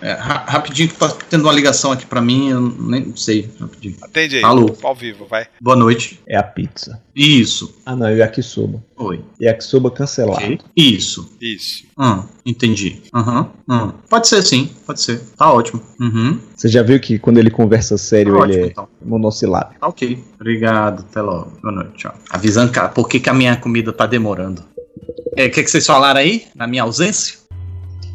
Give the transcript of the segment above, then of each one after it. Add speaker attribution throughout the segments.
Speaker 1: É, ra- rapidinho que tá tendo uma ligação aqui pra mim, eu nem sei, rapidinho.
Speaker 2: Atende aí.
Speaker 1: Alô.
Speaker 2: Ao vivo, vai.
Speaker 1: Boa noite.
Speaker 3: É a pizza.
Speaker 1: Isso.
Speaker 3: Ah, não, é o yakisoba.
Speaker 1: Oi.
Speaker 3: Yakisoba cancelado.
Speaker 1: Ok. Isso.
Speaker 2: Isso.
Speaker 1: Hum, entendi. Aham. hum. Pode ser sim, pode ser. Tá ótimo. Uhum.
Speaker 3: Você já viu que quando ele conversa
Speaker 1: Tá
Speaker 3: sério,
Speaker 1: ótimo,
Speaker 3: ele é
Speaker 1: então.
Speaker 3: monossilábico.
Speaker 1: Tá ok. Obrigado. Até logo. Boa noite. Tchau. Avisando, cara, por que, que a minha comida tá demorando? É, o que, que vocês falaram aí? Na minha ausência?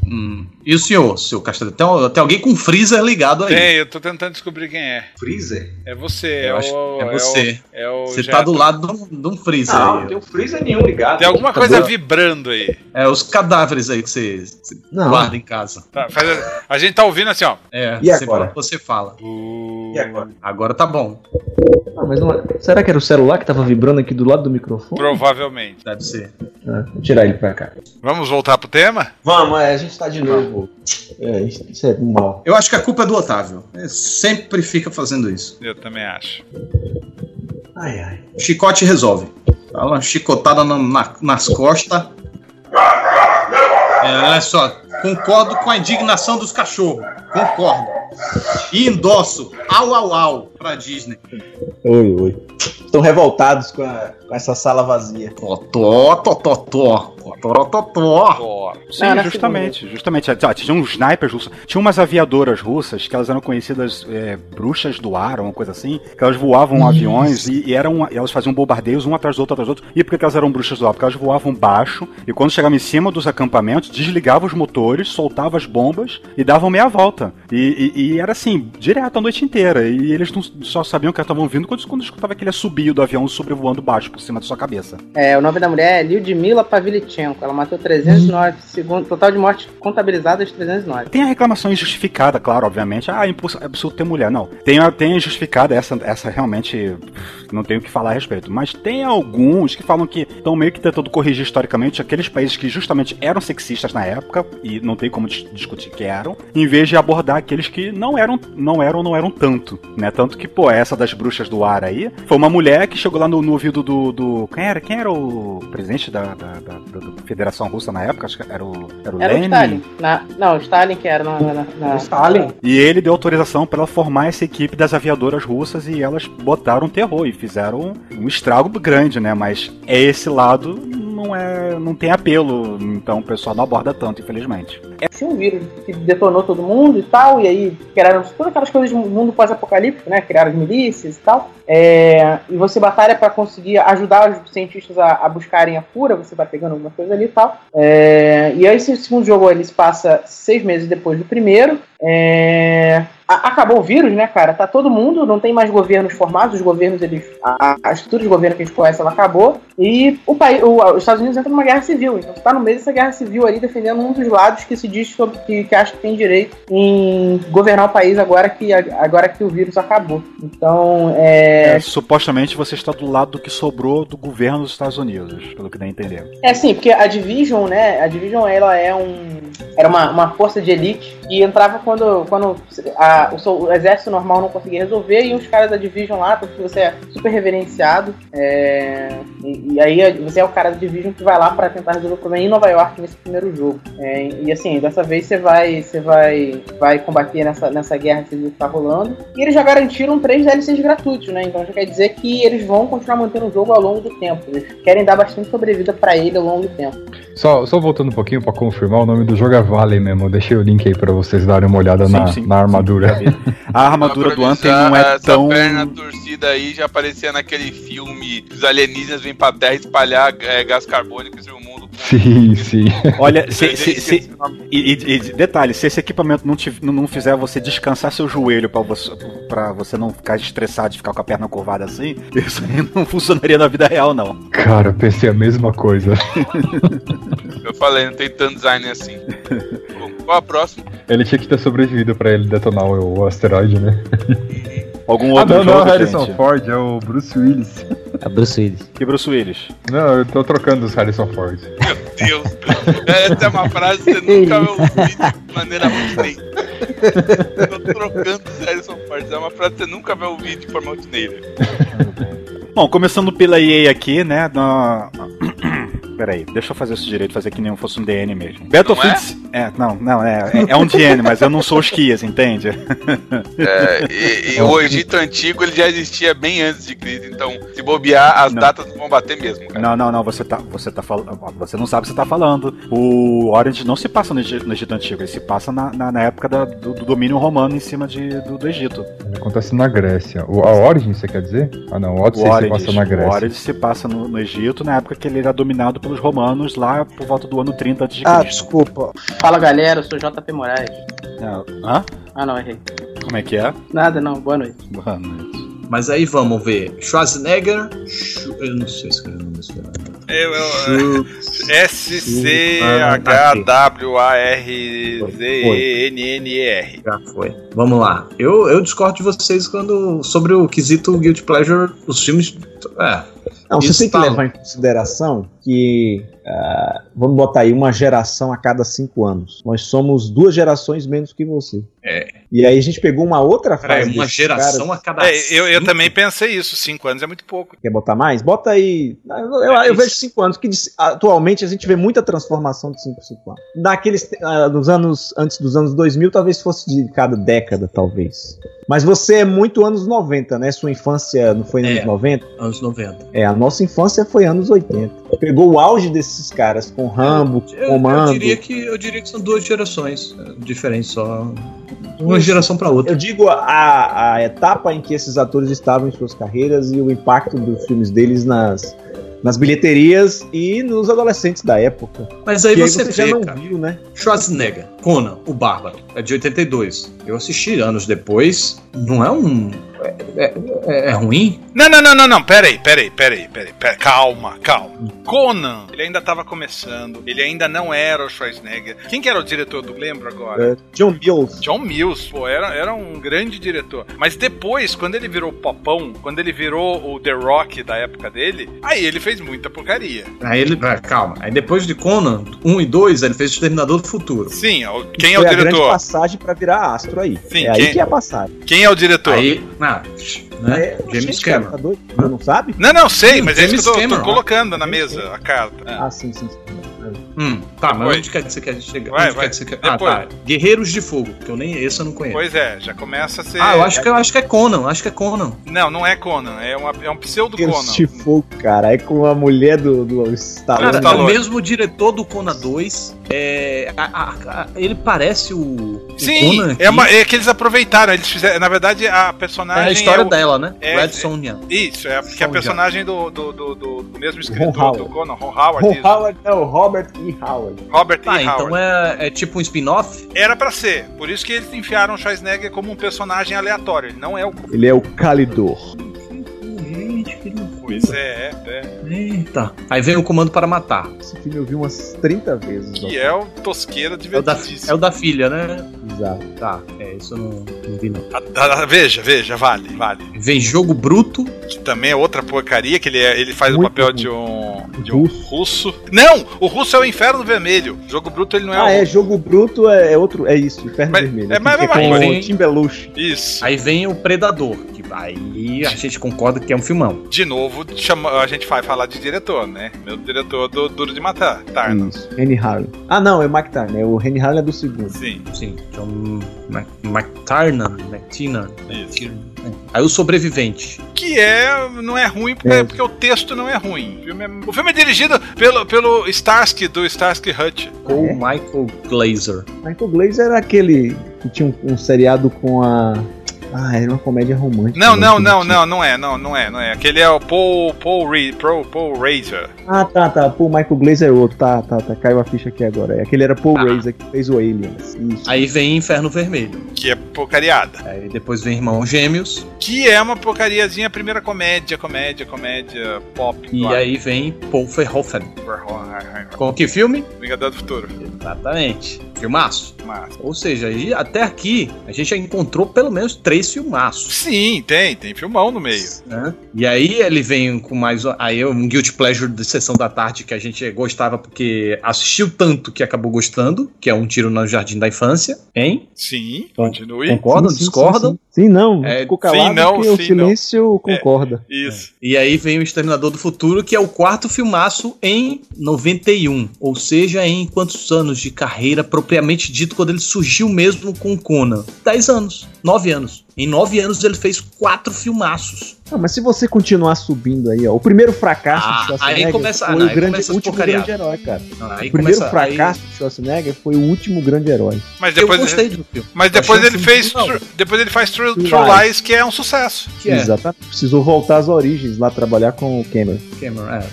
Speaker 1: Hum. E o senhor, seu Castelo? Tem, tem alguém com freezer ligado aí.
Speaker 2: Tem, eu tô tentando descobrir quem é.
Speaker 4: Freezer?
Speaker 2: É você,
Speaker 1: Eu
Speaker 2: é,
Speaker 1: acho que
Speaker 2: o,
Speaker 1: é você.
Speaker 2: o- É o,
Speaker 1: Você
Speaker 2: já-
Speaker 1: tá do lado de um, de um freezer
Speaker 3: Ah,
Speaker 4: Não,
Speaker 1: aí.
Speaker 4: não tem um freezer nenhum ligado.
Speaker 2: Tem
Speaker 3: Tá
Speaker 2: alguma coisa
Speaker 1: Cadê?
Speaker 2: vibrando aí.
Speaker 1: É os cadáveres aí que você você
Speaker 3: Não.
Speaker 1: guarda em casa.
Speaker 2: Tá, faz a... a gente tá ouvindo assim, ó.
Speaker 1: É,
Speaker 3: E
Speaker 1: você
Speaker 3: agora?
Speaker 1: fala- você fala.
Speaker 4: E agora?
Speaker 1: Agora tá bom.
Speaker 3: Ah, mas não é- Será que era o celular que tava vibrando aqui do lado do microfone?
Speaker 2: Provavelmente.
Speaker 1: Deve ser.
Speaker 3: Ah, vou tirar ele pra cá.
Speaker 2: Vamos voltar pro tema?
Speaker 4: Vamos, é, a gente tá de novo.
Speaker 3: É, isso isso é mal.
Speaker 1: Eu acho que a culpa é do Otávio. Ele sempre fica fazendo isso.
Speaker 2: Eu também acho.
Speaker 4: Ai, ai.
Speaker 1: Chicote resolve. Dá uma chicotada na- na- nas costas. É, olha só, concordo com a indignação dos cachorros. Concordo. E endosso. Au, au, au. Pra Disney.
Speaker 3: Oi, oi.
Speaker 4: Estão revoltados com, a- com essa sala vazia.
Speaker 1: Totó, totó, totó. Totó, totó.
Speaker 2: Ó,
Speaker 5: Sim, justamente, justamente. Ah, tinha uns snipers russos. Tinha umas aviadoras russas que elas eram conhecidas é, bruxas do ar, ou uma coisa assim, que elas voavam aviões e, e eram, elas faziam bombardeios um atrás do outro, atrás do outro. E por que que elas eram bruxas do ar? Porque elas voavam baixo e quando chegavam em cima dos acampamentos, desligavam os motores, soltavam as bombas e davam meia volta. E, e- e era assim, direto a noite inteira. E eles não- só sabiam que elas estavam vindo quando, quando escutava aquele assobio do avião sobrevoando baixo por cima da sua cabeça.
Speaker 6: É, o nome da mulher é Lyudmila Pavlichenko. Ela matou 309, segundo, total de mortes contabilizadas 309.
Speaker 5: Tem a reclamação injustificada, claro, obviamente. Ah, é imposs- é absurdo ter mulher. Não. Tem a, tem a justificada, essa, essa realmente não tenho o que falar a respeito. Mas tem alguns que falam que estão meio que tentando corrigir historicamente aqueles países que justamente eram sexistas na época, e não tem como dis- discutir que eram, em vez de abordar aqueles que não eram, não eram, não eram tanto. Né? Tanto que, pô, essa das bruxas do ar aí foi uma mulher que chegou lá no, no ouvido do, do. Quem era? Quem era o presidente da, da, da- da- da Federação Russa na época? Acho que era o. Era o
Speaker 6: Era o
Speaker 5: Lenin.
Speaker 6: Stalin. Na- não, o Stalin que era na. na, na-
Speaker 4: Stalin?
Speaker 5: E ele deu autorização pra ela formar essa equipe das aviadoras russas e elas botaram terror e fizeram um estrago grande, né? Mas é esse lado não é, não tem apelo, então o pessoal não aborda tanto, infelizmente.
Speaker 6: Tinha um vírus que detonou todo mundo e tal, e aí criaram todas aquelas coisas do mundo pós-apocalíptico, né? Criaram as milícias e tal. É, e você batalha pra conseguir ajudar os cientistas a, a buscarem a cura, você vai pegando alguma coisa ali e tal. É, e aí esse segundo jogo ele se passa seis meses depois do primeiro. É, a- acabou o vírus, né, cara? Tá todo mundo, não tem mais governos formados, os governos, eles. A, a estrutura de governo que a gente conhece, ela acabou. E o país, o- os Estados Unidos entram numa guerra civil. Então você tá no meio dessa guerra civil ali, defendendo um dos lados que se diz sobre, que, que acha que tem direito em governar o país agora que, agora que o vírus acabou. Então, é.
Speaker 5: É, supostamente você está do lado do que sobrou do governo dos Estados Unidos, pelo que dá a entender.
Speaker 6: É sim, porque a Division, né? A Division ela é um. Era uma, uma força de elite e entrava quando, quando a, a- o, seu- o exército normal não conseguia resolver e os caras da Division lá, porque você é super reverenciado. é, e, e aí você é o cara da Division que vai lá pra tentar resolver o problema em Nova York nesse primeiro jogo. É, e assim, dessa vez você vai, você vai, vai combater nessa, nessa guerra civil que tá rolando. E eles já garantiram três DLCs gratuitos, né? Então já quer dizer que eles vão continuar mantendo o jogo ao longo do tempo. Eles querem dar bastante sobrevida pra ele ao longo do tempo.
Speaker 7: Só, só voltando um pouquinho pra confirmar, o nome do jogo é Valley mesmo. Eu deixei o link aí pra vocês darem uma olhada na, na armadura.
Speaker 5: sim, já vi. a armadura do Anthem não é
Speaker 8: essa
Speaker 5: tão.
Speaker 8: perna torcida aí já aparecia naquele filme que os alienígenas vêm pra Terra espalhar é, gás carbônico sobre o mundo.
Speaker 7: sim, sim.
Speaker 5: Olha,
Speaker 8: Eu
Speaker 5: se,
Speaker 8: já
Speaker 5: se,
Speaker 8: esqueci
Speaker 5: se-
Speaker 8: o nome.
Speaker 5: e, e- e detalhe, se esse equipamento não, te- não- não fizer você descansar seu joelho pra você, pra você não ficar estressado e ficar com a perna curvada assim, isso aí não funcionaria na vida real, não.
Speaker 7: Cara, eu pensei a mesma coisa.
Speaker 8: Eu falei, não tem tanto design assim. Bom, qual a próxima?
Speaker 7: Ele tinha que ter sobrevivido pra ele detonar o, o asteroide, né?
Speaker 5: Algum
Speaker 7: Ah,
Speaker 5: outro
Speaker 7: não, não,
Speaker 5: jogo,
Speaker 7: é o Harrison
Speaker 5: gente?
Speaker 7: Ford, é o Bruce Willis.
Speaker 3: É Bruce Willis.
Speaker 5: E Bruce Willis?
Speaker 7: Não, eu tô trocando os Harrison Ford.
Speaker 8: Meu Deus, essa é uma frase que você nunca vai ouvir de maneira rotineira. Tô trocando os Harrison Ford, é uma frase que você nunca vai ouvir de forma rotineira.
Speaker 5: Bom, começando pela EA aqui, né? Na... Peraí, deixa eu fazer isso direito, fazer que nem fosse um DN mesmo. Battlefield. É? não, não, é, é- é um DN, mas eu não sou os Kias, entende?
Speaker 8: É, e, e o Egito Antigo ele já existia bem antes de Cristo, então se bobear, as
Speaker 5: Não.
Speaker 8: datas não vão bater mesmo, cara.
Speaker 5: Não, não, não, você tá, você tá falando. Você não sabe o que você tá falando. O Orange não se passa no Egi- no Egito Antigo, ele se passa na, na, na época da- do, do domínio romano em cima de, do, do Egito.
Speaker 7: Ele acontece na Grécia. O, a Origin, você quer dizer? Ah, não, o Odyssey se passa na
Speaker 5: o
Speaker 7: Grécia.
Speaker 5: Orange se passa no, no Egito, na época que ele era dominado pelos romanos lá por volta do ano 30 a.C.
Speaker 4: Ah, desculpa.
Speaker 6: Fala galera, eu sou JP Moraes.
Speaker 5: É, Hã?
Speaker 6: Ah não, errei.
Speaker 5: Como é que é?
Speaker 6: Nada não, boa noite.
Speaker 5: Boa noite.
Speaker 1: Mas aí vamos ver. Schwarzenegger. Schu- Eu não sei escrever o nome desse cara.
Speaker 2: Eu, eu,
Speaker 1: Schu-
Speaker 2: S-C-H-W-A-R-Z-E-N-N-E-R.
Speaker 1: Já foi. Vamos lá. Eu, eu discordo de vocês quando sobre o quesito Guilty Pleasure, os filmes. É,
Speaker 4: Não, você
Speaker 1: Isso
Speaker 4: tem que
Speaker 1: tá-
Speaker 4: levar em consideração que, ah, vamos botar aí, uma geração a cada cinco anos. Nós somos duas gerações menos que você.
Speaker 1: É.
Speaker 4: E aí a gente pegou uma outra
Speaker 1: cara, é
Speaker 4: frase.
Speaker 1: uma
Speaker 4: desses
Speaker 1: geração
Speaker 4: caras.
Speaker 1: a cada.
Speaker 2: É, eu, eu
Speaker 1: cinco.
Speaker 2: também pensei isso, cinco anos é muito pouco.
Speaker 4: Quer botar mais? Bota aí. ah, Eu, eu-
Speaker 2: É
Speaker 4: eu
Speaker 2: isso.
Speaker 4: vejo cinco anos, que de- atualmente a gente vê muita transformação de cinco em cinco anos. Daqueles ah, dos anos, antes dos anos 2000, talvez fosse de cada década, talvez. Mas você é muito anos 90, né? Sua infância não foi nos
Speaker 1: É.
Speaker 4: anos 90?
Speaker 1: Anos 90.
Speaker 4: É, a nossa infância foi anos 80. Pegou o auge desses caras com Rambo,
Speaker 1: Eu, eu
Speaker 4: Comando.
Speaker 1: diria que, eu diria que são duas gerações é, diferentes, só. Uma geração pra outra.
Speaker 4: Eu digo a, a etapa em que esses atores estavam em suas carreiras e o impacto dos filmes deles nas, nas bilheterias e nos adolescentes da época.
Speaker 1: Mas aí
Speaker 4: que
Speaker 1: você,
Speaker 4: já
Speaker 1: vê,
Speaker 4: não
Speaker 1: cara.
Speaker 4: viu, né?
Speaker 1: Schwarzenegger, Conan, o Bárbaro, é de 82. Eu assisti anos depois. Não é um. É, é- é ruim?
Speaker 2: Não, não, não, não, não, peraí, peraí, peraí, peraí, peraí, calma, calma. Conan, ele ainda tava começando, ele ainda não era o Schwarzenegger. Quem que era o diretor do lembro agora?
Speaker 4: É, John Mills.
Speaker 2: John Mills, pô, era, era um grande diretor. Mas depois, quando ele virou popão, quando ele virou o The Rock da época dele, aí ele fez muita porcaria.
Speaker 1: Aí ele. ah, calma. Aí depois de Conan 1 e 2, ele fez o Exterminador do Futuro.
Speaker 2: Sim, o- quem é
Speaker 4: foi
Speaker 2: o
Speaker 4: a grande
Speaker 2: diretor?
Speaker 4: passagem pra virar astro aí.
Speaker 2: Sim,
Speaker 4: é
Speaker 2: quem-
Speaker 4: aí que é a passagem.
Speaker 2: Quem é o diretor?
Speaker 1: Aí. Ah, né?
Speaker 4: É,
Speaker 1: James
Speaker 4: gente, cara,
Speaker 1: Cameron.
Speaker 4: tá doido? Você não sabe?
Speaker 2: Não, não, sei,
Speaker 1: Hum,
Speaker 2: mas é isso que eu
Speaker 1: James
Speaker 2: tô- tô,
Speaker 1: Cameron,
Speaker 2: colocando na
Speaker 4: né?
Speaker 2: mesa a carta.
Speaker 4: Ah, sim, sim. sim.
Speaker 1: Hum, tá, mas
Speaker 2: Oi.
Speaker 1: onde quer que você quer chegar?
Speaker 2: Vai,
Speaker 1: onde
Speaker 2: vai.
Speaker 1: quer que você quer- Ah,
Speaker 2: Depois.
Speaker 1: tá. Guerreiros de Fogo, que eu nem. Esse eu não conheço.
Speaker 2: Pois é, já começa a ser.
Speaker 1: Ah, eu acho que, eu acho que é Conan, eu acho que é Conan.
Speaker 2: Não, não é Conan, é, uma, é um pseudo Conan.
Speaker 4: Esse fogo, cara. É com a mulher do, do Stallone.
Speaker 1: Cara,
Speaker 2: Tá
Speaker 1: o
Speaker 2: louco.
Speaker 1: mesmo diretor do Conan 2, é, a- a- a- ele parece o, o
Speaker 2: Sim,
Speaker 1: Conan aqui.
Speaker 2: é, uma- é que eles aproveitaram, eles fizeram. Na verdade, a
Speaker 1: É
Speaker 2: personagem.
Speaker 1: a história
Speaker 2: é o-
Speaker 1: dela, né?
Speaker 2: é-
Speaker 1: Red Sonja.
Speaker 2: Isso, é porque a
Speaker 1: Sonja.
Speaker 2: personagem do, do, do, do- do mesmo escritor
Speaker 4: Howard.
Speaker 2: do Conan, Ron Howard,
Speaker 4: Ron
Speaker 2: isso,
Speaker 4: Howard, não, Robert E. Howard.
Speaker 2: Robert
Speaker 1: Tá,
Speaker 2: E.
Speaker 1: então
Speaker 2: Howard.
Speaker 1: é, é tipo um spin-off?
Speaker 2: Era pra ser, por isso que eles enfiaram o Schwarzenegger como um personagem aleatório, ele não é o Conan.
Speaker 4: Ele é o Calidor.
Speaker 1: Gente, que
Speaker 2: Pois é, é, é.
Speaker 1: Eita. Aí vem o comando para matar.
Speaker 4: Esse filme eu vi umas 30 vezes. ó.
Speaker 2: Que é o
Speaker 1: É
Speaker 2: Tosqueira
Speaker 1: o, da,
Speaker 2: divertidíssimo.
Speaker 1: é o da filha, né?
Speaker 4: Exato.
Speaker 1: Tá, é, isso eu não, não vi não.
Speaker 2: Ah, ah, Veja, veja, vale, vale.
Speaker 1: Vem jogo bruto.
Speaker 2: Que também é outra porcaria, que ele, é- ele faz o papel de um, de um russo. Não! O russo é o inferno vermelho. Jogo bruto ele não é o
Speaker 4: Ah, é, jogo bruto é, é outro. É isso, Inferno Vermelho.
Speaker 2: é mais
Speaker 4: Que
Speaker 2: uma
Speaker 4: com
Speaker 2: coisa,
Speaker 4: o
Speaker 2: hein?
Speaker 4: Tim Belushi.
Speaker 2: Isso.
Speaker 1: Aí vem o Predador, que aí a gente concorda que é um filmão.
Speaker 2: De novo, chama- a gente vai falar de diretor, né? Meu diretor do Duro de Matar, Tarnos.
Speaker 4: Isso, Henry Harlan. Ah, não, é o Mike Tyner. é O Henry Harlan é do segundo.
Speaker 2: Sim.
Speaker 1: Sim, que é um Mac- McTarnan, McTiernan. É. Aí o sobrevivente.
Speaker 2: Que é. não é ruim porque, porque o texto não é ruim. O filme é, o filme é dirigido pelo, pelo Starsky, do Starsky Hutch.
Speaker 1: Ou Michael Glazer.
Speaker 4: Michael Glazer era aquele que tinha um, um seriado com a. Ah, era uma comédia romântica.
Speaker 2: Não,
Speaker 4: né?
Speaker 2: não, não, não, não é, não, não é, não é. Aquele é o Paul, Paul, Re, Paul, Paul Razor.
Speaker 4: Ah, tá, tá. Pô, Michael Glazer é outro. Tá, tá, tá. Caiu a ficha aqui agora. É, Aquele era Paul
Speaker 2: Ah.
Speaker 4: Reiser que fez o Aliens. Isso.
Speaker 1: Aí vem Inferno Vermelho.
Speaker 2: Que é porcariada.
Speaker 1: Aí depois vem Irmão Gêmeos.
Speaker 2: Que é uma porcariazinha, primeira comédia, comédia, comédia pop.
Speaker 1: E
Speaker 2: claro.
Speaker 1: aí vem Paul Verhoeven. Com que filme?
Speaker 2: Vingador do Futuro.
Speaker 1: Exatamente. Filmaço.
Speaker 2: Mas-
Speaker 1: Ou seja, aí- até aqui a gente já encontrou pelo menos três filmaços.
Speaker 2: Sim, tem, tem filmão no meio.
Speaker 1: né? E aí ele vem com mais. Aí um Guilty Pleasure de sessão da tarde que a gente gostava porque assistiu tanto que acabou gostando, que é um tiro no jardim da infância, hein?
Speaker 2: Sim, continue.
Speaker 1: Concordam?
Speaker 4: Sim, sim,
Speaker 1: discordam?
Speaker 4: Sim, sim. Sim, não.
Speaker 1: É,
Speaker 4: ficou calado
Speaker 1: sim, não,
Speaker 4: porque o
Speaker 1: sim,
Speaker 4: silêncio
Speaker 2: É.
Speaker 4: concorda.
Speaker 2: Isso.
Speaker 1: E aí vem o Exterminador do Futuro, que é o quarto filmaço em 91. Ou seja, em quantos anos de carreira, propriamente dito, quando ele surgiu mesmo com o Conan? 10 anos, 9 anos. Em 9 anos ele fez quatro filmaços.
Speaker 4: Ah, mas se você continuar subindo aí, ó. O primeiro fracasso
Speaker 1: Ah,
Speaker 4: de Schwarzenegger
Speaker 1: aí começa- ah,
Speaker 4: foi
Speaker 1: não,
Speaker 4: o
Speaker 1: aí
Speaker 4: grande,
Speaker 1: começa as
Speaker 4: último
Speaker 1: porcariadas.
Speaker 4: grande herói, cara.
Speaker 1: Aí
Speaker 4: o primeiro
Speaker 1: começa-
Speaker 4: fracasso de Schwarzenegger foi o último grande herói.
Speaker 2: Mas depois,
Speaker 1: Eu gostei do filme.
Speaker 2: mas depois
Speaker 1: Achei
Speaker 2: ele
Speaker 1: um
Speaker 2: fez.
Speaker 1: filme
Speaker 2: Tru- depois ele faz True,
Speaker 4: True
Speaker 2: True
Speaker 4: Lies.
Speaker 2: Lies, que é um sucesso.
Speaker 1: Que é,
Speaker 4: Exatamente. Precisou voltar às origens lá trabalhar com o Cameron.
Speaker 1: Cameron, é.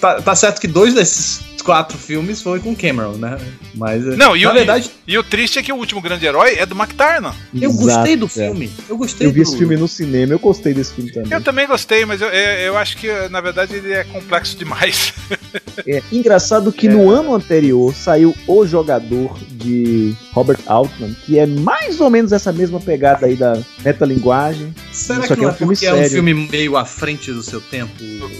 Speaker 1: Tá, tá certo que dois desses quatro filmes foi com Cameron, né? Mas
Speaker 2: Não, e
Speaker 1: na
Speaker 2: o,
Speaker 1: verdade
Speaker 2: e o triste é que o último grande herói é do McTarnan.
Speaker 1: eu gostei
Speaker 4: Exato,
Speaker 1: do
Speaker 4: é.
Speaker 1: filme. Eu gostei
Speaker 4: Eu vi
Speaker 1: do
Speaker 4: esse filme no cinema, eu gostei desse filme também.
Speaker 2: Eu também gostei, mas eu, é- eu acho que, na verdade, ele é complexo demais.
Speaker 4: É engraçado que no ano anterior saiu O Jogador de Robert Altman, que é mais ou menos essa mesma pegada aí da metalinguagem.
Speaker 1: Será
Speaker 4: Isso
Speaker 1: que
Speaker 4: aqui
Speaker 1: não
Speaker 4: é um
Speaker 1: é
Speaker 4: filme
Speaker 1: porque é um
Speaker 4: sério.
Speaker 1: filme meio à frente do seu tempo?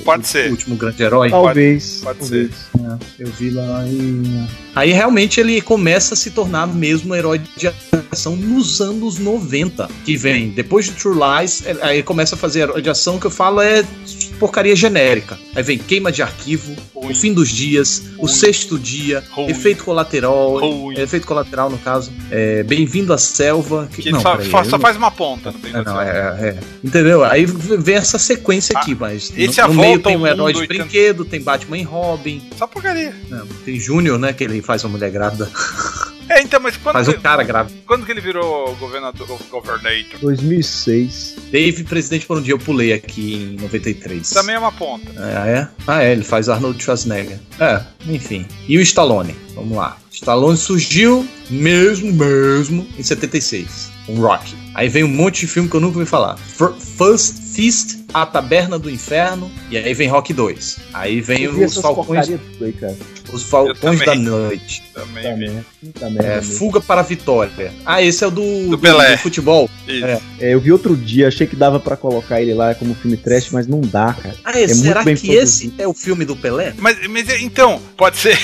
Speaker 2: Pode
Speaker 1: O
Speaker 2: ser.
Speaker 1: último grande herói?
Speaker 4: Talvez.
Speaker 2: Pode ser.
Speaker 4: talvez.
Speaker 1: Eu vi lá em. Aí realmente ele começa a se tornar mesmo um herói de ação nos anos 90. Que vem depois de True Lies, é- aí começa a fazer herói de ação que eu falo é porcaria genérica. Aí vem Queima de Arquivo, O Fim dos Dias, O
Speaker 2: Ruim.
Speaker 1: Sexto Dia,
Speaker 2: Ruim.
Speaker 1: Efeito Colateral.
Speaker 2: Ruim.
Speaker 1: Efeito Colateral, no caso. é, Bem-vindo à Selva.
Speaker 2: Que ele só,
Speaker 1: peraí,
Speaker 2: só-
Speaker 1: eu
Speaker 2: só
Speaker 1: não-
Speaker 2: faz uma ponta. Não tem
Speaker 1: é, não,
Speaker 2: condição.
Speaker 1: é, é. Entendeu? Aí v- vem essa sequência aqui, mas
Speaker 2: esse
Speaker 1: no,
Speaker 2: é a
Speaker 1: no
Speaker 2: volta
Speaker 1: meio tem
Speaker 2: ao
Speaker 1: um herói
Speaker 2: mundo
Speaker 1: de
Speaker 2: 80.
Speaker 1: brinquedo, tem Batman e Robin,
Speaker 2: Só porcaria.
Speaker 1: né? tem Júnior, né? Que ele faz uma mulher grávida.
Speaker 2: É, então, mas quando,
Speaker 1: Faz
Speaker 2: que,
Speaker 1: um cara grávida.
Speaker 2: quando que ele virou governador, governator?
Speaker 4: 2006.
Speaker 1: Dave, presidente por um dia, eu pulei aqui em 93.
Speaker 2: Também é uma ponta.
Speaker 1: Ah, é? Ah, é, ele faz Arnold Schwarzenegger. É, enfim. E o Stallone? Vamos lá. Stallone surgiu mesmo, mesmo, em 76. Um rock. Aí vem um monte de filme que eu nunca ouvi falar. Fir- First Fist, A Taberna do Inferno. E aí vem Rock 2. Aí vem
Speaker 4: Eu vi
Speaker 1: os
Speaker 4: essas
Speaker 1: Falcões,
Speaker 4: porcarias tudo aí, cara.
Speaker 1: os Falcões
Speaker 2: Eu
Speaker 1: da
Speaker 2: também.
Speaker 1: Noite.
Speaker 2: Também.
Speaker 4: Puta
Speaker 1: É,
Speaker 4: merda. mesmo.
Speaker 1: Fuga para a Vitória. Ah, esse é o do,
Speaker 2: Do Pelé.
Speaker 1: futebol.
Speaker 2: Isso.
Speaker 1: É.
Speaker 4: É, eu vi outro dia, achei que dava pra colocar ele lá como filme trash, mas não dá, cara.
Speaker 1: Ah, é,
Speaker 4: muito
Speaker 1: será
Speaker 4: bem
Speaker 1: que esse é o filme do Pelé?
Speaker 2: Mas, mas então, pode ser.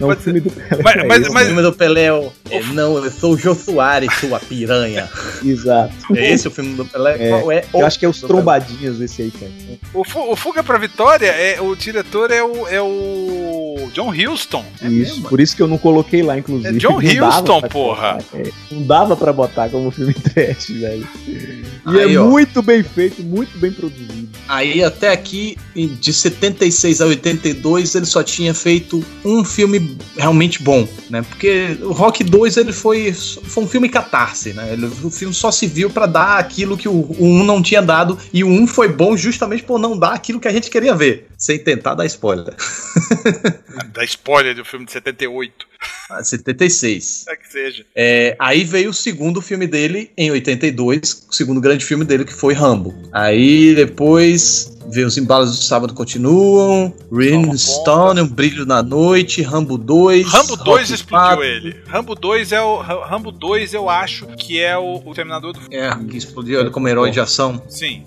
Speaker 4: Não, o
Speaker 2: Pode
Speaker 4: filme do
Speaker 2: Mas-
Speaker 4: é
Speaker 2: mas-
Speaker 4: esse,
Speaker 1: O filme do Pelé é, o- é, não, eu sou o Jô Soares, sua piranha.
Speaker 4: Exato.
Speaker 1: É esse o filme do Pelé?
Speaker 4: É,
Speaker 1: Qual é
Speaker 4: Eu acho que é os
Speaker 1: do Pelé?
Speaker 4: trombadinhas esse aí, cara.
Speaker 2: O, Fu- o Fuga pra Vitória, é, o diretor é o, é o John Huston.
Speaker 4: isso,
Speaker 1: mesmo?
Speaker 4: por isso que eu não coloquei lá, inclusive.
Speaker 2: É John
Speaker 4: Não dava
Speaker 2: Huston,
Speaker 4: pra
Speaker 2: porra.
Speaker 4: colocar, é. não dava pra botar como filme trash, velho. E
Speaker 1: Aí,
Speaker 4: é
Speaker 1: ó.
Speaker 4: muito bem feito, muito bem produzido.
Speaker 1: Aí até aqui, em- de 76 a 82, ele só tinha feito um filme realmente bom, né? Porque o Rock 2 ele foi, foi um filme catarse, né? Ele- o filme só se viu pra dar aquilo que o, o 1 não tinha dado, e o 1 foi bom justamente por não dar aquilo que a gente queria ver, sem tentar dar spoiler.
Speaker 2: Da spoiler do filme de 78.
Speaker 1: Ah, 76.
Speaker 2: É que seja.
Speaker 1: É, aí veio o segundo filme dele, em 82, o segundo grande filme dele, que foi Rambo. Aí depois Vê os embalos do sábado continuam. Rainstone, um brilho na noite. Rambo 2.
Speaker 2: Rambo 2
Speaker 1: Rock
Speaker 2: explodiu
Speaker 1: 4.
Speaker 2: ele. Rambo 2 é o. Ra- Rambo 2, eu acho que é o, o Terminador do Futuro.
Speaker 1: É, que explodiu ele como herói de ação.
Speaker 2: Sim.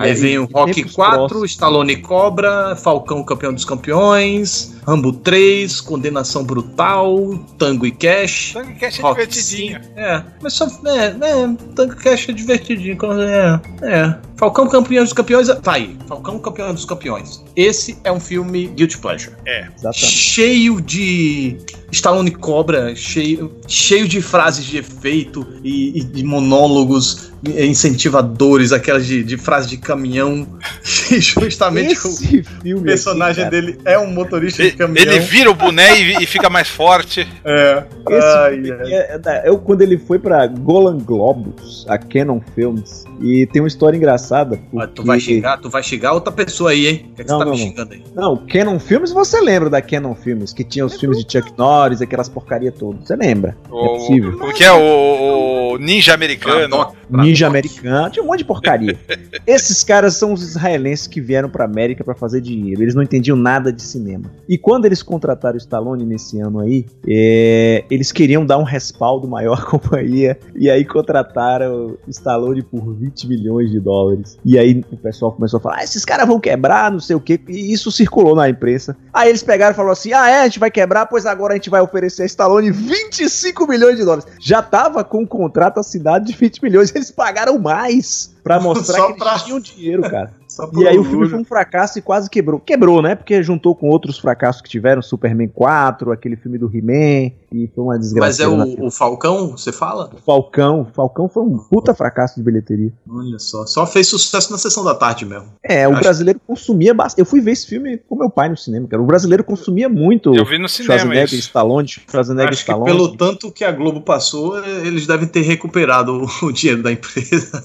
Speaker 4: é
Speaker 1: Aí vem o Rock 4, Stallone Cobra, Falcão Campeão dos Campeões, Rambo 3, Condenação Brutal, Tango e Cash.
Speaker 2: Tango e Cash é
Speaker 1: Rock
Speaker 2: divertidinho.
Speaker 1: É, mas só. É, é, Tango e Cash é divertidinho. quando- É, é. Falcão Campeão dos Campeões. Tá aí. Falcão Campeão dos Campeões. Esse é um filme Guilty Pleasure.
Speaker 2: É.
Speaker 1: Cheio de. Stallone Cobra, cheio, cheio de frases de efeito e, e de monólogos incentivadores, aquelas de, de frase de caminhão. E justamente
Speaker 4: Esse
Speaker 1: o personagem
Speaker 4: cara.
Speaker 1: dele é um motorista de caminhão.
Speaker 2: Ele vira o boné e, e fica mais forte.
Speaker 1: É.
Speaker 4: Esse filme é- é da- eu, quando ele foi pra Golan Globus, a Canon Films, e tem uma história engraçada. Porque...
Speaker 1: Tu vai xingar, tu vai xingar outra pessoa aí, hein? O que, é que
Speaker 4: Não,
Speaker 1: você tá
Speaker 4: não,
Speaker 1: me
Speaker 4: não.
Speaker 1: xingando aí?
Speaker 4: Não, Canon Films você lembra da Canon Films, que tinha os filmes de Chuck Norris, aquelas porcaria todas. Você lembra? é possível.
Speaker 2: O que é o, o- o ninja
Speaker 1: Ah,
Speaker 2: americano?
Speaker 4: Ninja americano, tinha um monte de porcaria. Esses caras são os israelenses que vieram pra América pra fazer dinheiro. Eles não entendiam nada de cinema. E quando eles contrataram o Stallone nesse ano aí, é, eles queriam dar um respaldo maior à companhia. E aí contrataram o Stallone por 20 milhões de dólares. E aí o pessoal começou a falar: ah, esses caras vão quebrar, não sei o quê. E isso circulou na imprensa. Aí eles pegaram e falaram assim: ah, é, a gente vai quebrar, pois agora a gente vai oferecer a Stallone 25 milhões de dólares. Já tava com um contrato assinado de 20 milhões, eles pagaram mais pra mostrar
Speaker 1: Só
Speaker 4: que eles
Speaker 1: pra-
Speaker 4: tinham dinheiro, cara.
Speaker 1: Só por
Speaker 4: E aí o
Speaker 1: orgulho.
Speaker 4: filme foi um fracasso e quase quebrou. Quebrou, né? Porque juntou com outros fracassos que tiveram, Superman 4, aquele filme do He-Man, e foi uma desgraça. Assim,
Speaker 1: Mas é o, o Falcão, você fala?
Speaker 4: Falcão. Falcão foi um puta fracasso de bilheteria.
Speaker 1: Olha só, só fez sucesso na sessão da tarde mesmo.
Speaker 4: É, o
Speaker 1: Acho-
Speaker 4: brasileiro consumia bastante. Eu fui ver esse filme com meu pai no cinema, cara. O brasileiro consumia muito.
Speaker 1: Eu vi no cinema
Speaker 4: Schwarzenegger,
Speaker 1: isso.
Speaker 4: Stallone, Schwarzenegger,
Speaker 1: Acho que
Speaker 4: Stallone.
Speaker 1: pelo tanto que a Globo passou, eles devem ter recuperado o- o dinheiro da empresa.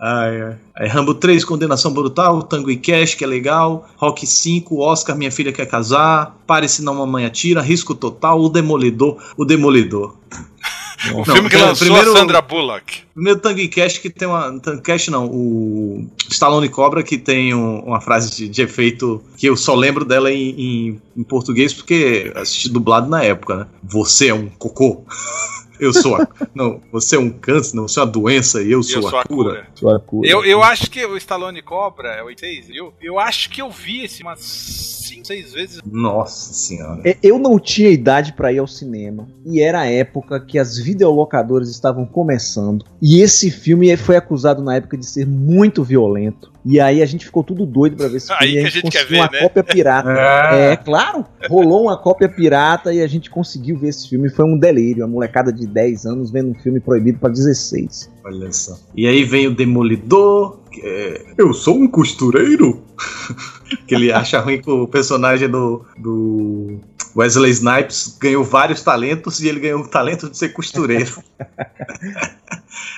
Speaker 1: ai, ai. Aí, Rambo 3, Condenação Brutal, Tango e Cash, que é legal, Rock 5, Oscar, Minha Filha Quer Casar, Pare Se Não Mamãe Atira, Risco Total, O Demolidor, O Demolidor.
Speaker 2: O filme que lançou a Sandra Bullock.
Speaker 1: Primeiro Tango e Cash que tem uma. Tango e Cash não, o Stallone Cobra que tem um- uma frase de, de efeito que eu só lembro dela em, em- em português porque assisti dublado na época, né? Você é um cocô. Eu sou a. não, você é um câncer, não, você é uma doença e eu sou,
Speaker 2: sou
Speaker 1: a,
Speaker 2: a
Speaker 1: cura.
Speaker 4: Sua cura.
Speaker 2: Eu, eu acho que o Stallone Cobra é 86, viu? Eu acho que eu vi esse umas 5, 6 vezes.
Speaker 1: Nossa senhora.
Speaker 4: É, Eu não tinha idade pra ir ao cinema. E era a época que as videolocadoras estavam começando. E esse filme foi acusado na época de ser muito violento. E aí a gente ficou tudo doido pra ver esse filme.
Speaker 2: Aí
Speaker 4: e
Speaker 2: que a gente quer
Speaker 4: conseguiu
Speaker 2: ver,
Speaker 4: uma
Speaker 2: né?
Speaker 4: cópia pirata.
Speaker 2: É.
Speaker 4: é, claro. Rolou uma cópia pirata e a gente conseguiu ver esse filme. Foi um delírio. Uma molecada de 10 anos vendo um filme proibido pra 16.
Speaker 1: Olha só. E aí vem o Demolidor. que é, eu sou um costureiro. que ele acha ruim que o personagem do, do Wesley Snipes ganhou vários talentos e ele ganhou o talento de ser costureiro.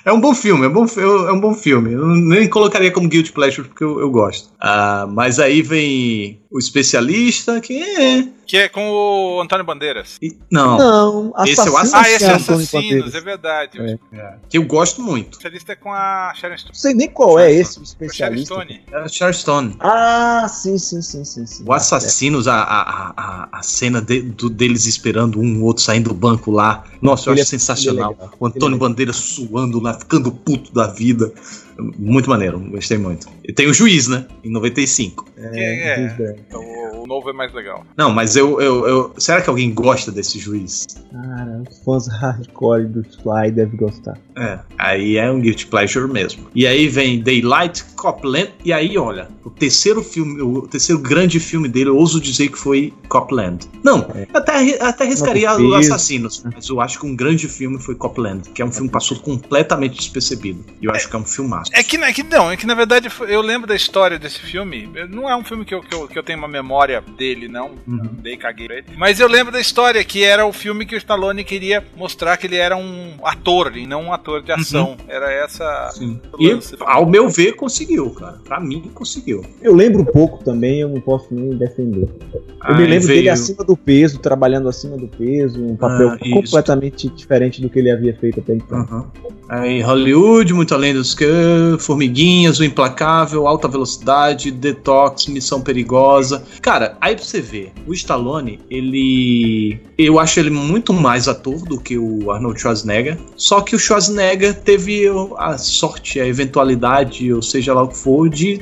Speaker 1: é um bom filme, é um bom, fi- é um bom filme. Eu nem colocaria como Guilty Pleasure porque eu, eu gosto. Ah, mas aí vem o especialista que é.
Speaker 2: Que é com o Antônio Bandeiras.
Speaker 1: Não.
Speaker 4: Não,
Speaker 1: Esse é o
Speaker 4: Assassinos
Speaker 1: assassino.
Speaker 2: Ah, esse é
Speaker 4: Antônio
Speaker 2: Assassinos,
Speaker 4: Bandeiras.
Speaker 2: é verdade. O
Speaker 1: É. Que eu gosto muito.
Speaker 2: especialista é com a Sharon Stone.
Speaker 4: Não sei nem qual é esse o
Speaker 2: Sharon
Speaker 4: especialista.
Speaker 2: Stone.
Speaker 1: É o Charleston.
Speaker 4: Ah, sim, sim, sim, sim, sim.
Speaker 1: O Assassinos, a, a, a- a cena de- do- deles esperando um outro saindo do banco lá. Nossa, eu
Speaker 4: Ele
Speaker 1: acho
Speaker 4: é-
Speaker 1: sensacional.
Speaker 4: ele é legal.
Speaker 1: o Antônio Bandeira suando lá, ficando puto da vida. Muito maneiro, gostei muito. E tem o juiz, né? Em 95.
Speaker 2: Que é, é, o, o novo é mais legal.
Speaker 1: Não, mas eu, eu, eu- Será que alguém gosta desse juiz?
Speaker 4: Cara, os fãs hardcore do Sly devem gostar.
Speaker 1: É. Aí é um guilty pleasure mesmo. E aí vem Daylight, Copland, e aí olha, o terceiro filme, o terceiro grande filme dele, eu ouso dizer que foi Copland. Não, até, até arriscaria
Speaker 4: É. Não,
Speaker 1: o
Speaker 4: preciso.
Speaker 1: Assassinos, mas eu acho que um grande filme foi Copland, que é um filme que passou completamente despercebido. E eu acho que é um filmaço.
Speaker 2: É que, na- é que não, é que na verdade foi- eu lembro da história desse filme. Eu- Não é um filme que eu, que eu, que eu tenho uma memória dele, não.
Speaker 4: Uhum.
Speaker 2: Dei caguei pra ele. Mas eu lembro da história, que era o filme que o Stallone queria mostrar que ele era um ator e não um ator de ação. Era essa.
Speaker 1: E, ao meu ver, conseguiu, cara. Pra mim, conseguiu.
Speaker 4: Eu lembro um pouco também, eu não posso nem defender.
Speaker 1: Ah,
Speaker 4: eu me lembro
Speaker 1: veio-
Speaker 4: dele acima do peso, trabalhando acima do peso, um papel
Speaker 1: Ah, isso.
Speaker 4: completamente diferente do que ele havia feito até então.
Speaker 1: Aí, Hollywood, muito além dos que. Formiguinhas, o Implacável, Alta Velocidade, Detox, Missão Perigosa. Cara, aí pra você ver, o Stallone, ele. Eu acho ele muito mais ator do que o Arnold Schwarzenegger. Só que o Schwarzenegger teve a sorte, a eventualidade, ou seja lá o que for, de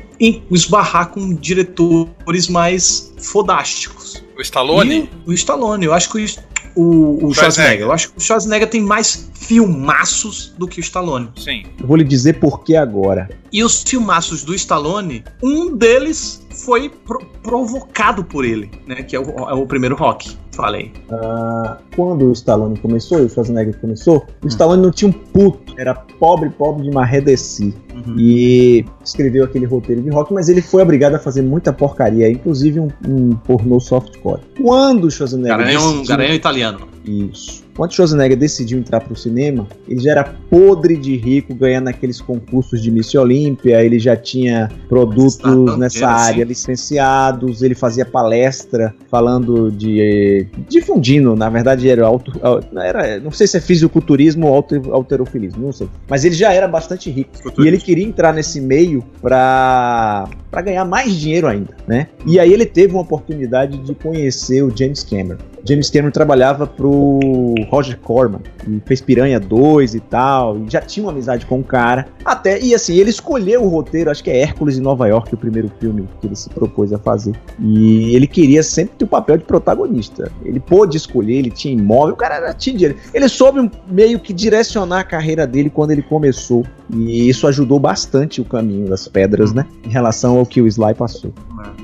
Speaker 1: esbarrar com diretores mais fodásticos.
Speaker 2: O Stallone?
Speaker 1: E o Stallone, eu acho que o o, o Schwarzenegger. Schwarzenegger. Eu acho que o Schwarzenegger tem mais filmaços do que o Stallone.
Speaker 2: Sim.
Speaker 4: Eu vou lhe dizer por que agora.
Speaker 1: E os filmaços do Stallone, um deles foi pro provocado por ele, né? Que é o, é o primeiro rock. Falei.
Speaker 4: Uh, quando o Stallone começou e o Schwarzenegger começou, o hum. Stallone não tinha um puto. Era pobre, pobre de marredeci. Uhum. E escreveu aquele roteiro de rock, mas ele foi obrigado a fazer muita porcaria, inclusive um, um pornô softcore. Quando o Schwarzenegger.
Speaker 1: Garanhão, decidiu... Garanhão é um italiano.
Speaker 4: Isso. Quando Schwarzenegger decidiu entrar pro cinema, ele já era podre de rico, ganhando aqueles concursos de Miss Olímpia, ele já tinha produtos nessa área assim. licenciados, ele fazia palestra falando de. difundindo, na verdade era auto. Era, não sei se é fisiculturismo ou alter, alterofilismo, não sei. Mas ele já era bastante rico. E ele queria entrar nesse meio pra, pra ganhar mais dinheiro ainda, né? E aí ele teve uma oportunidade de conhecer o James Cameron. James Cameron trabalhava pro Roger Corman, e fez Piranha 2 e tal, e já tinha uma amizade com o cara. Até, e assim, ele escolheu o roteiro, acho que é Hércules em Nova York, o primeiro filme que ele se propôs a fazer. E ele queria sempre ter o papel de protagonista. Ele pôde escolher, ele tinha imóvel, o cara era, tinha dinheiro. Ele soube meio que direcionar a carreira dele quando ele começou. E isso ajudou bastante o caminho das pedras, né? Em relação ao que o Sly passou.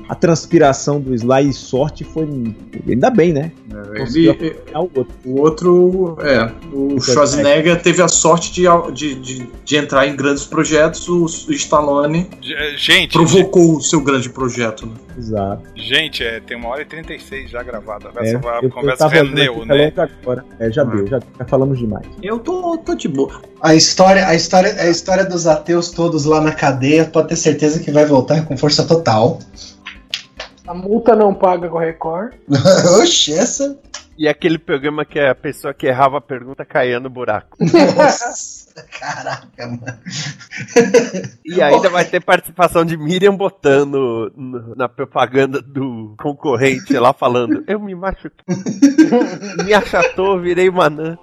Speaker 4: A transpiração do Sly e sorte foi. Ainda bem, né?
Speaker 1: Ele, ele,
Speaker 4: é
Speaker 1: o outro, é, o Schwarzenegger teve a sorte de, de, de, de entrar em grandes projetos, o, o Stallone
Speaker 2: eh, gente,
Speaker 1: provocou gente. o seu grande projeto. Né?
Speaker 4: Exato.
Speaker 2: Gente, é, tem uma hora e 36 já gravada, a conversa, é, eu, a conversa eu rendeu, né?
Speaker 4: Agora. É,
Speaker 9: Uhum.
Speaker 4: já ah. deu, já, já, falamos demais.
Speaker 1: Eu tô, tô de boa.
Speaker 9: A história, a, história, a história dos ateus todos lá na cadeia pode ter certeza que vai voltar com força total.
Speaker 6: A multa não paga com o Record.
Speaker 9: Oxe, essa.
Speaker 10: E aquele programa que a pessoa que errava a pergunta caía no buraco.
Speaker 9: Nossa, caraca, mano.
Speaker 10: E ainda vai ter participação de Miriam botando na propaganda do concorrente lá falando: Eu me machuquei. me achatou, virei manã.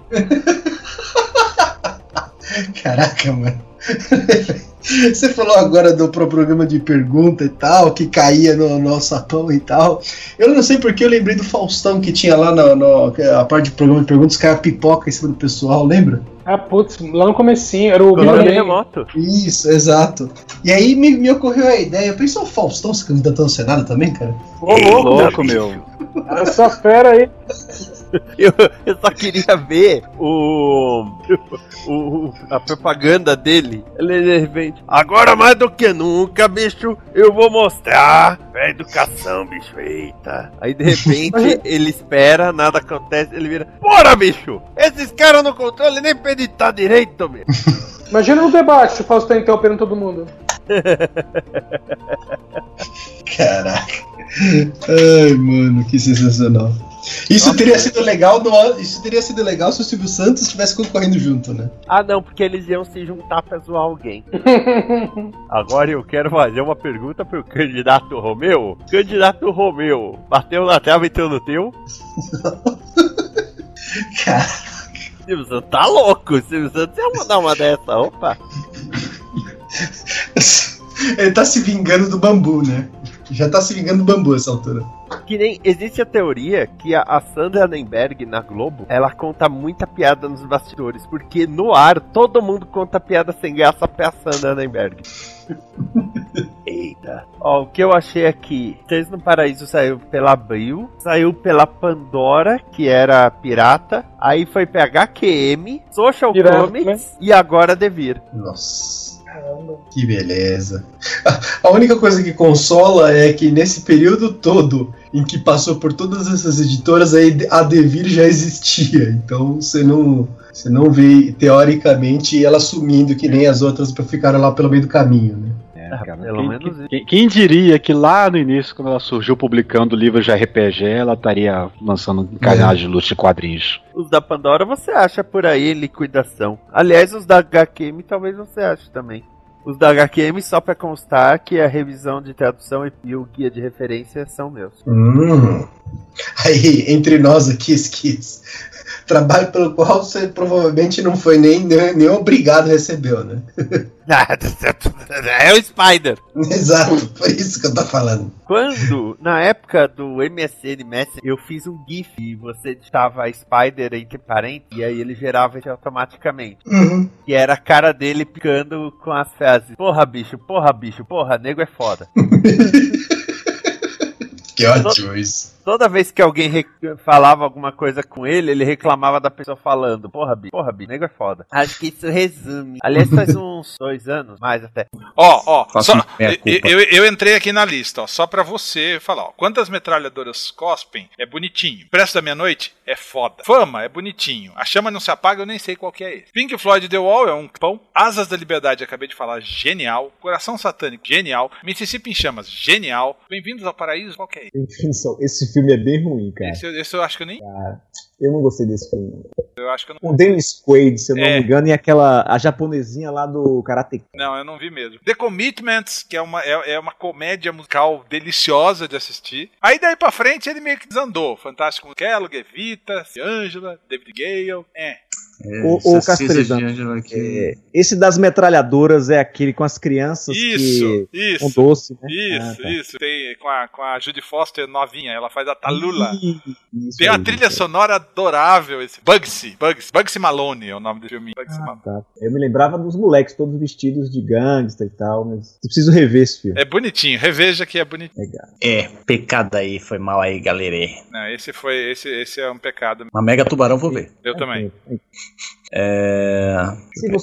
Speaker 9: Caraca, mano. Você falou agora do pro programa de pergunta e tal, que caía no nosso sapão e tal. Eu não sei porque eu lembrei do Faustão que tinha lá no, no a parte de programa de perguntas, os caras pipoca em cima do pessoal, lembra?
Speaker 6: Ah, putz, lá no comecinho, era o
Speaker 10: controle é remoto.
Speaker 9: Isso, exato. E aí me, me ocorreu a ideia, pensou o Faustão se candidatando ao Senado também, cara?
Speaker 10: Ô, louco, né? louco meu.
Speaker 6: Essa fera aí.
Speaker 10: Eu, eu, só queria ver o, o, a propaganda dele. Ele é de repente, agora mais do que nunca, bicho, eu vou mostrar a educação, bicho, feita. Aí de repente ele espera, nada acontece, ele vira, bora, bicho! Esses caras não controlam nem meditar direito, meu.
Speaker 6: Imagina no debate se o Faustão interrompendo todo mundo.
Speaker 9: Caraca. Ai, mano, que sensacional. Isso Nossa, teria sido legal no, isso teria sido legal se o Silvio Santos estivesse concorrendo junto, né?
Speaker 10: Ah, não, porque eles iam se juntar pra zoar alguém. Agora eu quero fazer uma pergunta pro candidato Romeu. Candidato Romeu, bateu na trave e entrou no teu?
Speaker 9: Cara.
Speaker 10: Silvio Santos tá louco, Silvio Santos ia mandar uma dessa, opa.
Speaker 9: Ele tá se vingando do bambu, né? Já tá se vingando do bambu essa altura.
Speaker 10: Que nem existe a teoria que a, a Sandra Nenberg na Globo ela conta muita piada nos bastidores, porque no ar todo mundo conta piada sem graça pra Sandra Nenberg. Eita. Ó, o que eu achei aqui: Três no Paraíso saiu pela Abril, saiu pela Pandora, que era pirata, aí foi pra HQM, Social pirata, Comics né? e agora Devir.
Speaker 9: Nossa. Que beleza. A única coisa que consola é que nesse período todo em que passou por todas essas editoras, a Devir já existia. Então você não, você não vê, teoricamente, ela sumindo que nem as outras ficaram lá pelo meio do caminho, né?
Speaker 5: É, cara, quem, quem- quem diria que lá no início, quando ela surgiu publicando livros de RPG, ela estaria lançando canais de luxo e quadrinhos.
Speaker 10: Os da Pandora você acha por aí em liquidação. Aliás, os da HQM talvez você ache também. Os da HQM, só pra constar que a revisão de tradução e- e o guia de referência são meus.
Speaker 9: Hum. Aí, entre nós aqui, Skis. Trabalho pelo qual você provavelmente não foi nem, nem, nem obrigado recebeu, né?
Speaker 10: é o Spider!
Speaker 9: Exato, por isso que eu tô falando.
Speaker 10: Quando, na época do MSN Messenger, eu fiz um GIF e você digitava Spider entre parênteses e aí ele gerava isso automaticamente.
Speaker 9: Uhum.
Speaker 10: Que era a cara dele picando com as frases: Porra, bicho, porra, bicho, porra, nego é foda.
Speaker 9: Que ótimo isso.
Speaker 10: Toda vez que alguém re- falava alguma coisa com ele, ele reclamava da pessoa falando: Porra, bicho, porra, bicho, nego é foda. Acho que isso resume. Aliás, faz uns dois anos, mais até.
Speaker 2: Ó, ó,
Speaker 10: Faço
Speaker 2: só,
Speaker 10: minha
Speaker 2: eu,
Speaker 10: culpa.
Speaker 2: eu- eu entrei aqui na lista, ó, só pra você falar, ó. Quantas metralhadoras cospem é bonitinho. Preço da meia-noite é foda. Fama é bonitinho. A chama não se apaga, eu nem sei qual que é esse. Pink Floyd The Wall é um pão. Asas da Liberdade, acabei de falar, genial. Coração Satânico, genial. Mississippi em Chamas, genial. Bem-vindos ao Paraíso, qual que é esse?
Speaker 4: Enfim, esse filme é bem ruim, cara.
Speaker 2: Esse, eu- esse eu acho que eu nem.
Speaker 4: Cara, eu não gostei desse filme.
Speaker 2: Eu acho que eu não.
Speaker 4: Com Dennis Quaid, se eu não
Speaker 2: É.
Speaker 4: me engano, e aquela a japonesinha lá do Karate Kid.
Speaker 2: Não, eu não vi mesmo. The Commitments, que é uma, é, é uma comédia musical deliciosa de assistir. Aí daí pra frente ele meio que desandou. Fantástico Kellogg, Evita, Angela, David Gale. É.
Speaker 4: O, o Castrezano. É, esse das metralhadoras é aquele com as crianças que
Speaker 2: Isso, isso.
Speaker 4: com doce, né?
Speaker 2: Isso,
Speaker 4: Ah, tá.
Speaker 2: isso. Tem com a, com a Judy Foster novinha, ela faz a Talula.
Speaker 4: Isso
Speaker 2: Tem uma
Speaker 4: aí,
Speaker 2: trilha sonora adorável esse. Bugsy, Bugsy, Bugsy Malone é o nome do filme. Bugsy Malone.
Speaker 4: tá. Eu me lembrava dos moleques todos vestidos de gangsta e tal, mas eu preciso rever esse filme.
Speaker 2: É bonitinho, reveja que é bonitinho.
Speaker 1: É, pecado aí, foi mal aí, galera.
Speaker 2: Não, esse foi, esse, esse é um pecado.
Speaker 1: Uma mega tubarão, vou ver.
Speaker 2: Eu também.
Speaker 1: É.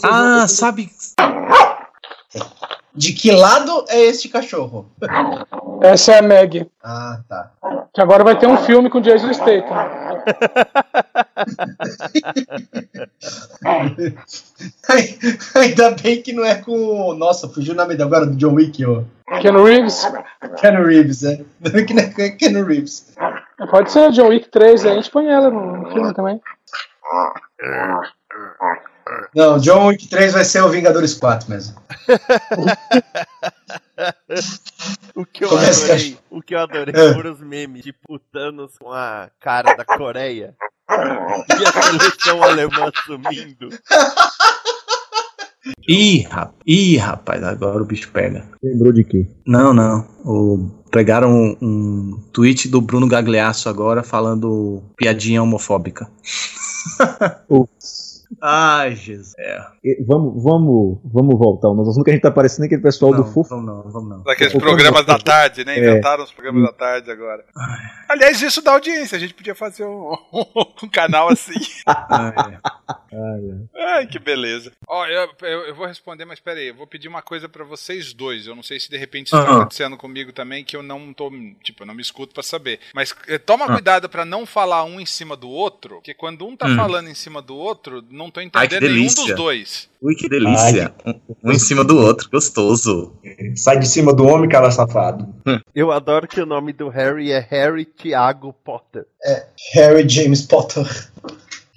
Speaker 9: Ah,
Speaker 1: sabe.
Speaker 9: De que lado é este cachorro?
Speaker 6: Essa é a Meg.
Speaker 9: Ah, tá.
Speaker 6: Que agora vai ter um filme com Jason Statham.
Speaker 9: Ai, Ainda bem que não é com. o- Nossa, fugiu o nome dele agora do John Wick, ó.
Speaker 6: Ken Reeves?
Speaker 9: Ken Reeves, é. Ainda bem que não é com o Ken Reeves.
Speaker 6: Pode ser John Wick 3, aí a gente põe ela no filme também.
Speaker 9: Não, John Wick 3 vai ser o Vingadores 4 mesmo.
Speaker 10: O que eu
Speaker 9: Começa,
Speaker 10: adorei, o que eu adorei
Speaker 9: É.
Speaker 10: foram os memes, tipo o Thanos com a cara da Coreia e a seleção alemã sumindo.
Speaker 1: Ih, rapaz, ih, rapaz, agora o bicho pega.
Speaker 4: Lembrou de quê?
Speaker 1: Não, não. O- pegaram um, um tweet do Bruno Gagliasso agora falando piadinha homofóbica. Ai, Jesus. É.
Speaker 4: E Vamos, vamos, vamos voltar. Nós assunto que a gente tá parecendo aquele pessoal do Fufo.
Speaker 1: Vamos não, vamos não.
Speaker 2: Daqueles
Speaker 4: O-
Speaker 2: programas da tarde, né?
Speaker 4: É.
Speaker 2: Inventaram os programas da tarde agora. Aliás, isso dá audiência. A gente podia fazer um, um canal assim. Ai, que beleza. Ó, eu, eu, eu vou responder, mas peraí, eu vou pedir uma coisa pra vocês dois. Eu não sei se de repente isso tá
Speaker 1: Aham.
Speaker 2: acontecendo comigo também, que eu não tô, tipo, eu não me escuto pra saber. Mas eh, toma
Speaker 1: Ah.
Speaker 2: cuidado pra não falar um em cima do outro, porque quando um tá
Speaker 1: Hum.
Speaker 2: falando em cima do outro, não tô
Speaker 1: Ai, que
Speaker 2: entendendo nenhum
Speaker 1: delícia.
Speaker 2: dos dois.
Speaker 1: Ui, que delícia. Um, um em cima do outro, gostoso.
Speaker 11: Sai de cima do homem, cara safado.
Speaker 10: Eu adoro que o nome do Harry é Harry Tiago Potter.
Speaker 9: É, Harry James Potter.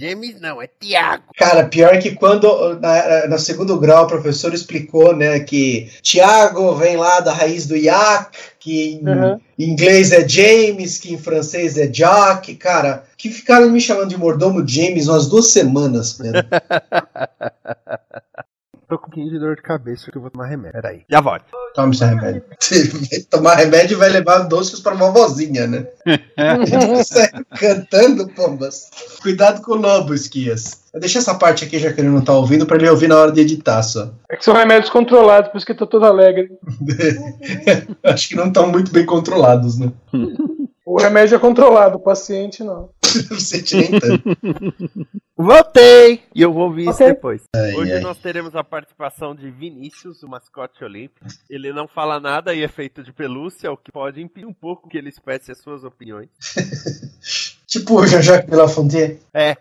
Speaker 10: James não, é Tiago.
Speaker 9: Cara, pior é que quando na, no segundo grau o professor explicou, né, que Tiago vem lá da raiz do Yak, que em,
Speaker 6: Uhum.
Speaker 9: em inglês é James, que em francês é Jack, cara, que ficaram me chamando de mordomo James umas duas semanas, né? velho.
Speaker 10: Tô com um pouquinho de dor de cabeça porque eu vou tomar remédio. Peraí. Já volto.
Speaker 9: Toma esse remédio. Se tomar remédio vai levar doces pra vovozinha, né? Sai cantando, pombas. Cuidado com o lobo, Esquias. Eu deixei essa parte aqui, já que ele não tá ouvindo, pra ele ouvir na hora de editar só.
Speaker 6: É que são remédios controlados, por isso que eu tô todo alegre.
Speaker 9: Acho que não estão muito bem controlados, né?
Speaker 6: O remédio é controlado, o paciente não.
Speaker 9: né?
Speaker 10: Voltei! E eu vou ouvir isso depois.
Speaker 9: Ai,
Speaker 10: Hoje
Speaker 9: ai.
Speaker 10: nós teremos a participação de Vinícius, o mascote olímpico. Ele não fala nada e é feito de pelúcia, o que pode impedir um pouco que ele expresse as suas opiniões.
Speaker 9: Tipo o Jean-Jacques Belafontaine.
Speaker 10: É.
Speaker 9: é-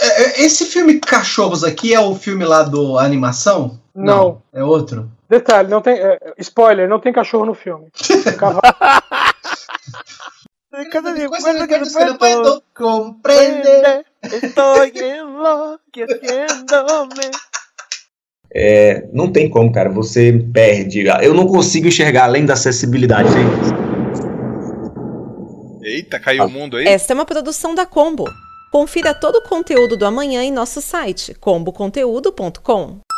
Speaker 9: é- esse filme Cachorros aqui é o filme lá do a animação?
Speaker 6: Não.
Speaker 9: É outro?
Speaker 6: Detalhe, não tem. é, spoiler, não tem cachorro no filme. Cavalo.
Speaker 12: Cada vez
Speaker 9: que eu puedo
Speaker 12: comprender, estou enlouqueciendo-me.
Speaker 4: É, não tem como, cara. Você perde. Eu não consigo enxergar além da acessibilidade.
Speaker 2: Eita, caiu o mundo aí.
Speaker 13: Esta é uma produção da Combo. Confira todo o conteúdo do amanhã em nosso site comboconteúdo.com.